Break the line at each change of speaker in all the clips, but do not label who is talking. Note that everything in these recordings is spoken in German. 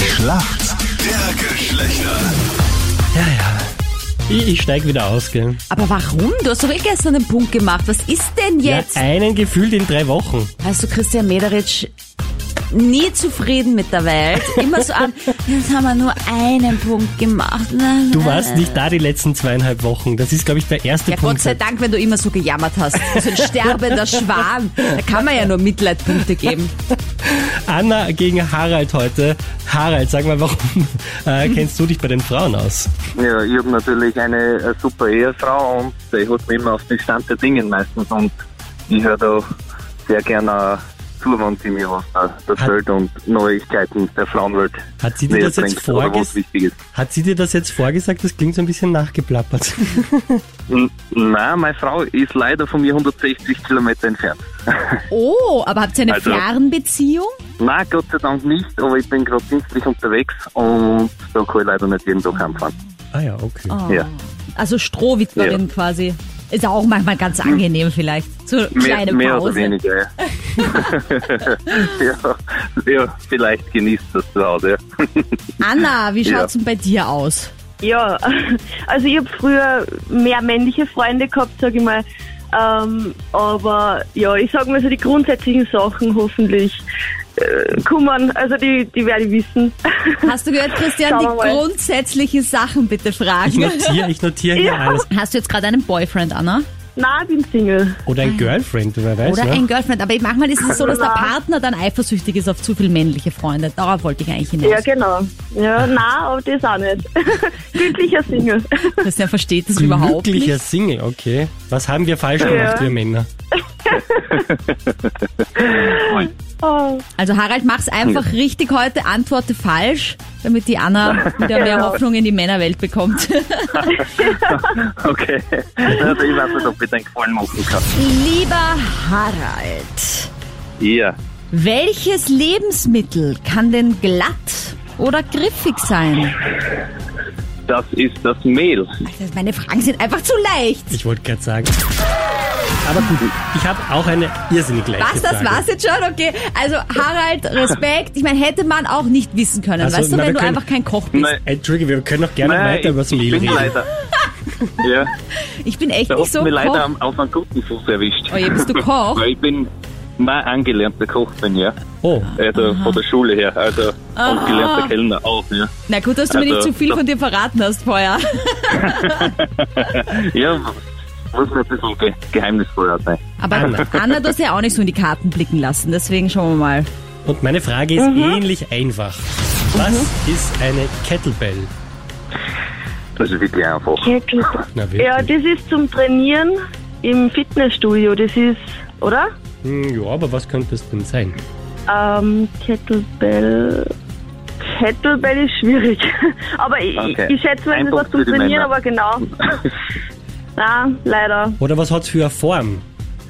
Schlacht der Geschlechter.
Ja, ja. Ich, ich steig wieder aus, gell?
Aber warum? Du hast doch eh gestern den Punkt gemacht. Was ist denn jetzt?
Ja, einen gefühlt in drei Wochen.
Also Christian Mederitsch, nie zufrieden mit der Welt. Immer so an, jetzt haben wir nur einen Punkt gemacht.
Ah.
Du warst nicht da die letzten zweieinhalb Wochen. Das ist, glaube ich, der erste
Ja,
Punkt.
Gott sei Dank, wenn du immer so gejammert hast. So ein sterbender Schwan. Da kann man ja nur Mitleidpunkte geben.
Anna gegen Harald heute. Harald, sag mal, warum äh, kennst du dich bei den Frauen aus?
Ja, ich habe natürlich eine äh, super Ehefrau und die hat mich immer auf den Stand der Dinge meistens und ich höre da sehr gerne äh, zu, wenn sie mir was äh, erzählt und Neuigkeiten der Frauenwelt
Hat sie dir
näher
das jetzt
bringt oder was
vorges-
wichtig ist.
Hat sie dir das jetzt vorgesagt? Das klingt so ein bisschen nachgeplappert.
N Nein, meine Frau ist leider von mir 160 Kilometer entfernt.
Oh, aber habt ihr eine
Also-
Fernbeziehung?
Nein, Gott sei Dank nicht, aber ich bin gerade dienstlich unterwegs und da kann ich leider nicht jeden Tag heimfahren.
Ah ja, okay.
Ja.
Also Strohwitwerin quasi. Ist auch manchmal ganz angenehm vielleicht. So
Hm. Mehr,
kleine
mehr oder
Pause.
weniger, ja. ja. Ja, vielleicht genießt das zu Hause, ja.
Anna, wie
Ja.
schaut's denn bei dir aus?
Ja, also ich habe früher mehr männliche Freunde gehabt, sage ich mal. Ähm, aber ja, ich sag mal so die grundsätzlichen Sachen hoffentlich äh, kommen. Also die, die werde ich wissen.
Hast du gehört, Christian,
Schauen
die
wir mal.
grundsätzlichen Sachen bitte
Ich
fragen.
notiere ich notiere hier alles.
Hast du jetzt gerade einen Boyfriend, Anna?
Na, bin Single.
Oder ein Girlfriend, wer weiß.
Oder
ne?
ein Girlfriend? Aber manchmal ist es so, dass der Partner dann eifersüchtig ist auf zu viel männliche Freunde. Darauf wollte ich eigentlich hinaus.
Ja, genau. Ja, na, aber das auch nicht. Glücklicher Single.
Christian versteht das überhaupt
Glücklicher
nicht.
Single, okay. Was haben wir falsch gemacht, wir Männer?
Oh,
Also Harald, mach's einfach richtig heute, antworte falsch, damit die Anna wieder mehr
Genau.
Hoffnung in die Männerwelt bekommt.
Okay. Also ich weiß nicht, ob ich den Gefallen machen kann.
Lieber Harald,
Ja.
Welches Lebensmittel kann denn glatt oder griffig sein?
Das ist das Mehl.
Also Meine Fragen sind einfach zu leicht.
Ich wollte gerade sagen. Aber gut, ich habe auch eine irrsinnig leichte
Was, das
Frage.
war's jetzt schon? Okay. Also Harald, Respekt. Ich meine, hätte man auch nicht wissen können,
Also,
weißt du,
na, wir
wenn du
können-
einfach kein Koch bist.
Nein.
Entschuldige, wir können noch gerne weiter über das
ich
Mehl
bin
reden.
leider. ja,
Ich bin echt
da
nicht
hast
so
du mich
ein
leider
Koch.
am, auf einen guten Fuß erwischt.
Oh je, bist du Koch?
Weil ich bin mein angelernter Koch bin, ja.
Oh,
Also von der Schule her. Also
Ah,
und gelernter Kellner auch, ja.
Na gut, dass du mir nicht
Also,
zu viel
doch.
von dir verraten hast vorher.
Ja, muss man ein bisschen ge geheimnisvoller sein.
Aber
Anna.
Anna. du hast ja auch nicht so in die Karten blicken lassen. Deswegen schauen wir mal.
und meine Frage ist
Mhm.
ähnlich einfach. Was ist eine Kettlebell?
Das ist wirklich einfach.
Kettle.
Na wirklich?
Ja, das ist zum Trainieren im Fitnessstudio. Das ist, oder?
Hm, ja, aber was könnte es denn sein?
Ähm, Kettlebell. Kettlebell ist schwierig. Aber ich,
Okay.
ich schätze mal,
Ein
es ist
Punkt
was zum
für die
Trainieren,
Männer.
aber genau. Nein, leider.
Oder was hat's für eine Form?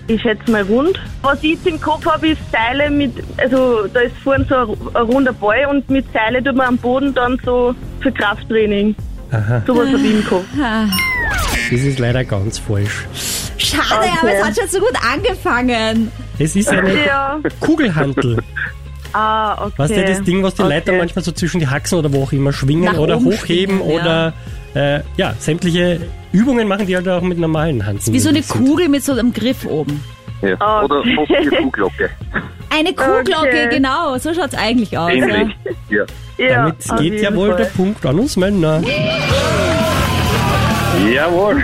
Ich schätze mal rund. Was ich jetzt im Kopf habe, ist Seile mit, also da ist vorne so ein, ein runder Ball und mit Seile tut man am Boden dann so für Krafttraining.
Aha,
Sowas habe ich im Kopf.
das ist leider ganz falsch.
Schade, aber es hat schon so gut angefangen.
Es ist eine
Ja.
Kugelhantel.
Ah, okay.
Weißt du, das Ding, was die
Okay.
Leute manchmal so zwischen die Haxen oder wo auch immer schwingen
Nach
oder
oben
hochheben
schwingen,
oder äh, ja, sämtliche Übungen machen, die halt auch mit normalen Hansen.
Wie so eine
sind.
Kugel mit so einem Griff oben.
Ja.
Ah,
Oder
okay.
fast die Kuhglocke.
Eine Kuhglocke,
Okay.
genau. So schaut's eigentlich aus. Ja.
Ähnlich. Ja.
Ja,
Damit
auf
geht ja
jeden
wohl
Fall.
der Punkt an uns Männer.
Jawohl.